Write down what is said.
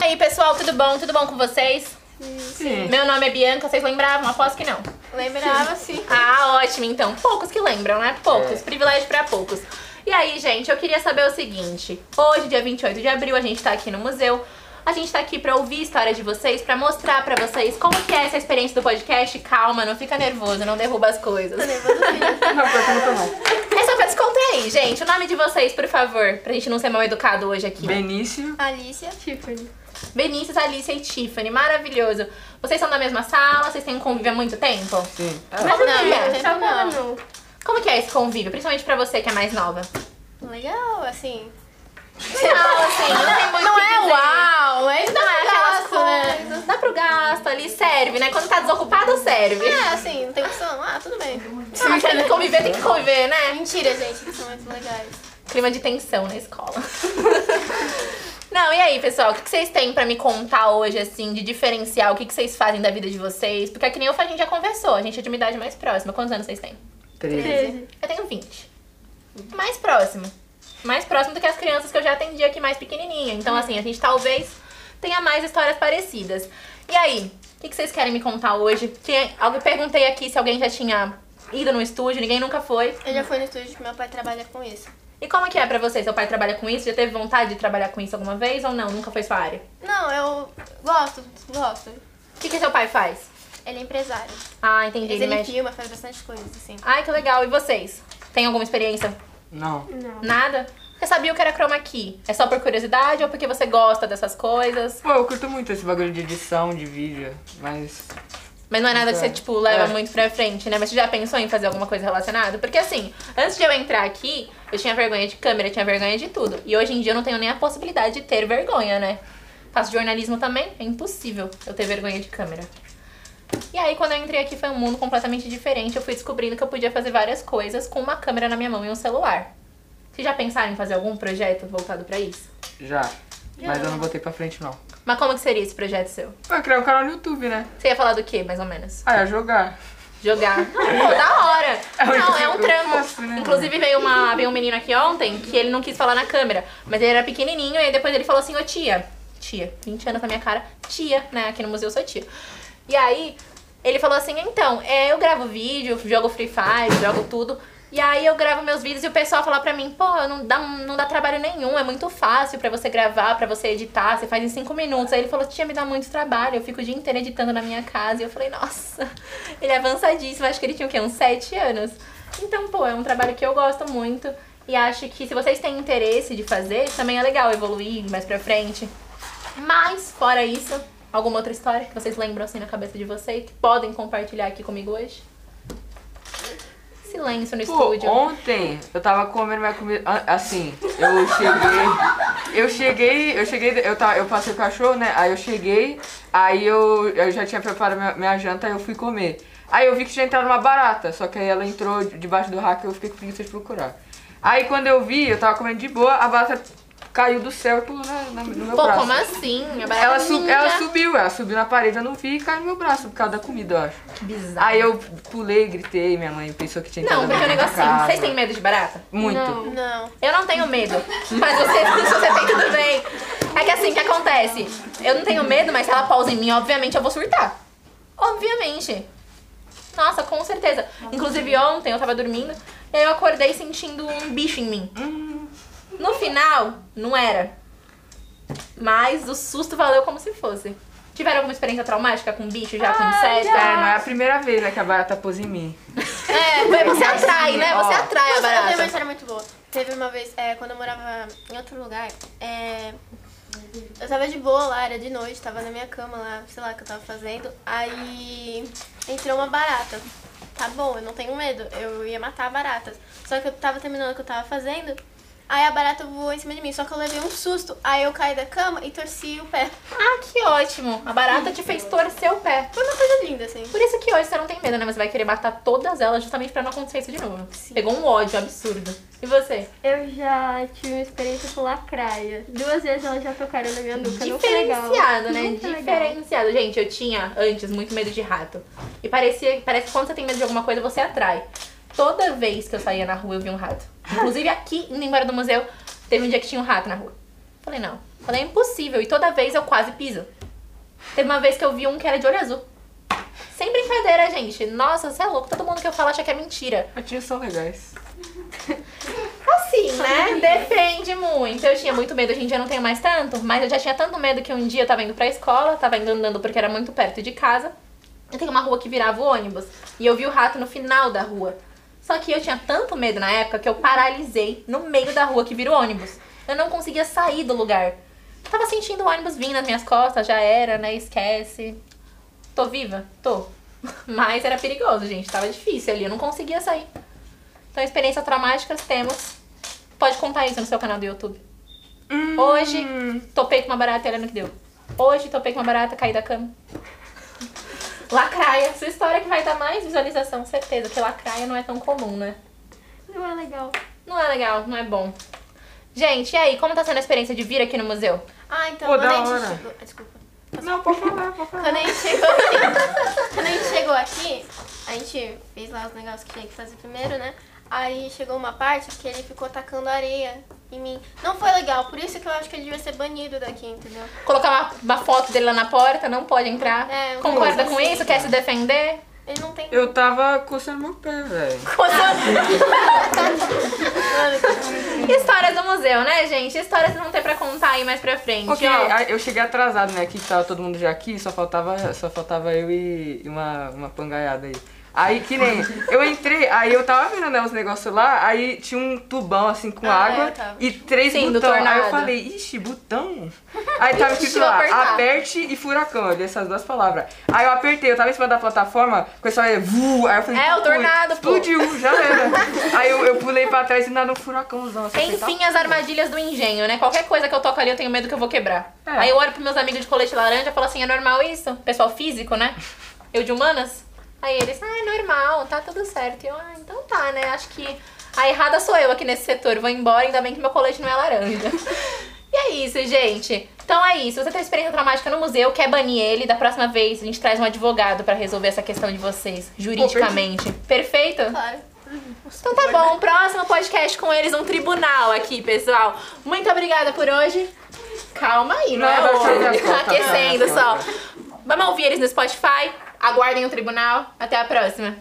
E aí, pessoal, tudo bom? Tudo bom com vocês? Sim. Meu nome é Bianca, vocês lembravam? Aposto que não. Lembrava, sim. Ah, ótimo, então. Poucos que lembram, né? Poucos. Privilégio pra poucos. E aí, gente, eu queria saber o seguinte. Hoje, dia 28 de abril, a gente tá aqui no museu. A gente tá aqui pra ouvir a história de vocês, pra mostrar pra vocês como que é essa experiência do podcast. Calma, não fica nervoso, não derruba as coisas. Não, pior que eu não tô não. É só pra descontrair, gente. O nome de vocês, por favor, pra gente não ser mal educado hoje aqui. Benício. Alicia Tiffany. Benícios, Alicia e Tiffany, maravilhoso. Vocês são da mesma sala, vocês têm um convívio há muito tempo? Sim. Ah, Mas como que é? não, não. Como que é esse convívio? Principalmente pra você que é mais nova. Legal, assim. Não, assim, não tem muito o que dizer. uau, mas Não é aquelas né? coisas. Dá pro gasto ali, serve, né? Quando tá desocupado, serve. É, assim, não tem opção. Ah, tudo bem. Ah, tem que conviver, tem que conviver, né? Mentira, gente, eles são muito legais. Clima de tensão na escola. Não, e aí, pessoal, o que que vocês têm pra me contar hoje, assim, de diferencial? O que que vocês fazem da vida de vocês? Porque é que nem eu, a gente já conversou, a gente é de uma idade mais próxima. Quantos anos vocês têm? Treze. Eu tenho 20. Mais próximo. Mais próximo do que as crianças que eu já atendi aqui mais pequenininha. Então, assim, a gente talvez tenha mais histórias parecidas. E aí, o que, que vocês querem me contar hoje? Tinha, eu perguntei aqui se alguém já tinha ido no estúdio, ninguém nunca foi. Eu já fui no estúdio que meu pai trabalha com isso. E como é que é pra vocês? Seu pai trabalha com isso? Já teve vontade de trabalhar com isso alguma vez ou não? Nunca foi sua área? Não, eu gosto, gosto. O que, que seu pai faz? Ele é empresário. Ah, entendi. Mas Ele ele mexe. filma, faz bastante coisa, assim. Ai, que legal. E vocês? Tem alguma experiência? Não. Nada? Você sabia o que era chroma key? É só por curiosidade ou porque você gosta dessas coisas? Pô, eu curto muito esse bagulho de edição, de vídeo, mas. Mas não é nada que você, É. tipo, leva É. muito pra frente, né? Mas você já pensou em fazer alguma coisa relacionada? Porque assim, antes de eu entrar aqui, eu tinha vergonha de câmera, tinha vergonha de tudo. E hoje em dia eu não tenho nem a possibilidade de ter vergonha, né? Faço jornalismo também, é impossível eu ter vergonha de câmera. E aí, quando eu entrei aqui, foi um mundo completamente diferente. Eu fui descobrindo que eu podia fazer várias coisas com uma câmera na minha mão e um celular. Vocês já pensaram em fazer algum projeto voltado pra isso? Já. Mas eu não botei pra frente, não. Mas como que seria esse projeto seu? Eu ia criar um canal no YouTube, né? Você ia falar do quê, mais ou menos? Ah, ia jogar. Jogar. Pô, da hora. É um Não, é um jogo trampo. fácil, né, Inclusive veio, uma, veio um menino aqui ontem que ele não quis falar na câmera, mas ele era pequenininho e aí depois ele falou assim, ô tia, tia, 20 anos na minha cara, tia, né, aqui no museu eu sou tia. E aí ele falou assim, então, é, eu gravo vídeo, jogo Free Fire, jogo tudo, e aí eu gravo meus vídeos e o pessoal fala pra mim, pô, não dá, não dá trabalho nenhum, é muito fácil pra você gravar, pra você editar, você faz em cinco minutos. Aí ele falou, tia, me dá muito trabalho, eu fico o dia inteiro editando na minha casa. E eu falei, nossa, ele é avançadíssimo, acho que ele tinha o quê? Uns sete anos. Então, pô, é um trabalho que eu gosto muito. E acho que se vocês têm interesse de fazer, também é legal evoluir mais pra frente. Mas, fora isso, alguma outra história que vocês lembram assim na cabeça de vocês, que podem compartilhar aqui comigo hoje? Silêncio no Pô, estúdio. ontem eu tava comendo minha comida. ah, Assim, eu cheguei. Eu cheguei, eu cheguei, eu, tava, eu passei o cachorro, né? Aí eu cheguei, aí eu, eu já tinha preparado minha, minha janta, aí eu fui comer. Aí eu vi que tinha entrado uma barata, só que aí ela entrou de- debaixo do rack e eu fiquei com preguiça de procurar. Aí quando eu vi, eu tava comendo de boa, a barata caiu do céu e pulou na, na- no meu Pô, braço. como assim? A barata Ela, su- ninja. ela subiu, ela subiu na parede, eu não vi e caiu no meu braço por causa da comida, eu acho. Que bizarro. Aí eu pulei, gritei, minha mãe pensou que tinha Não, entrado porque o na negócio assim, casa. vocês têm medo de barata? Muito. Não. Eu não tenho medo, mas você, se você tem tudo bem. É que assim, o que acontece? Eu não tenho medo, mas se ela pausa em mim, obviamente eu vou surtar. Obviamente. Nossa, com certeza. Inclusive ontem eu tava dormindo e aí eu acordei sentindo um bicho em mim. No final, não era. Mas o susto valeu como se fosse. Tiveram alguma experiência traumática com bicho já, com inseto? É, não é a primeira vez né, que a barata pôs em mim. É, você atrai, né? Você Ó. atrai a Nossa, eu tenho uma barata. história muito boa. Teve uma vez, é, quando eu morava em outro lugar, é, eu tava de boa lá, era de noite, tava na minha cama lá, sei lá o que eu tava fazendo. Aí entrou uma barata. Tá bom, eu não tenho medo, eu ia matar a barata. Só que eu tava terminando o que eu tava fazendo, Aí a barata voou em cima de mim, só que eu levei um susto. Aí eu caí da cama e torci o pé. Ah, que ótimo. A barata te fez torcer o pé. Foi uma coisa linda, assim. Por isso que hoje você não tem medo, né? Mas vai querer matar todas elas justamente pra não acontecer isso de novo. Pegou um ódio absurdo. E você? Eu já tive uma experiência com lacraia. Duas vezes elas já tocaram na minha nuca. Não foi legal. Diferenciado, né? Não foi legal. Diferenciado. Gente, eu tinha antes muito medo de rato. E parecia, parece que quando você tem medo de alguma coisa, você atrai. Toda vez que eu saía na rua, eu vi um rato. Inclusive aqui, indo embora do museu, teve um dia que tinha um rato na rua. Falei, não. Falei, é impossível. E toda vez eu quase piso. Teve uma vez que eu vi um que era de olho azul. Sem brincadeira, gente. Nossa, você é louco. Todo mundo que eu falo acha que é mentira. Patinhas são legais. Assim, né? Depende muito. Eu tinha muito medo, hoje em dia eu não tenho mais tanto, mas eu já tinha tanto medo que um dia eu tava indo pra escola, tava indo andando porque era muito perto de casa. E tem uma rua que virava o ônibus. E eu vi o rato no final da rua. Só que eu tinha tanto medo na época que eu paralisei no meio da rua que vira o ônibus. Eu não conseguia sair do lugar. Tava sentindo o ônibus vindo nas minhas costas, já era, né? Esquece. Tô viva? Tô. Mas era perigoso, gente. Tava difícil ali, eu não conseguia sair. Então, experiências traumáticas temos. Pode contar isso no seu canal do YouTube. Hoje, Hum. topei com uma barata e olha no que deu. Hoje, topei com uma barata, caí da cama. Lacraia. Sua história que vai dar mais visualização, certeza. Porque lacraia não é tão comum, né? Não é legal. Não é legal, não é bom. Gente, e aí? Como tá sendo a experiência de vir aqui no museu? Ah, então, Pô, quando da a gente hora. chegou. Ah, desculpa. Não, por favor, por favor. Quando a gente chegou aqui, quando a gente chegou aqui, a gente fez lá os negócios que tinha que fazer primeiro, né? Aí chegou uma parte que ele ficou tacando areia em mim. Não foi legal, por isso que eu acho que ele devia ser banido daqui, entendeu? Colocar uma, uma foto dele lá na porta, não pode entrar. É, uma Concorda coisa com assim. isso? Quer se defender? Ele não tem. Eu tava coçando meu pé, velho. Histórias do museu, né, gente? Histórias que vão ter pra contar aí mais pra frente. Porque ó. a- eu cheguei atrasado, né? Que tava todo mundo já aqui, só faltava, só faltava eu e e uma, uma pangaiada aí. Aí que nem, eu entrei, aí eu tava vendo né, os negócios lá, aí tinha um tubão assim com Ah, água eu tava. e três é, Sim, do botões. Aí eu tornado. falei, ixi, botão? Aí tava escrito vou lá, apertar. aperte e furacão, eu li essas duas palavras. Aí eu apertei, eu tava em cima da plataforma, o pessoal ia, vu, aí eu falei, É, o "Putz, tornado, pô." Explodiu, já era. aí eu, eu pulei pra trás e nada, um furacãozão. assim, eu falei, "Tá Enfim, as armadilhas do engenho, né? Qualquer coisa que eu toco ali, eu tenho medo que eu vou quebrar. É. Aí eu olho pros meus amigos de colete laranja e falo assim, é normal isso? Pessoal físico, né? Eu de humanas. Aí eles, ah, é normal, tá tudo certo. E eu, ah, então tá, né? Acho que a errada sou eu aqui nesse setor. Vou embora, ainda bem que meu colete não é laranja. e é isso, gente. Então é isso. Se você tem experiência traumática no museu, quer banir ele, da próxima vez a gente traz um advogado pra resolver essa questão de vocês, juridicamente. Perfeito? Claro. Então tá bom, próximo podcast com eles, um tribunal aqui, pessoal. Muito obrigada por hoje. Calma aí, não, Não, é não, não, hoje. não, não, não, Aquecendo não, só. não, Vamos ouvir eles no Spotify. Aguardem o tribunal. Até a próxima.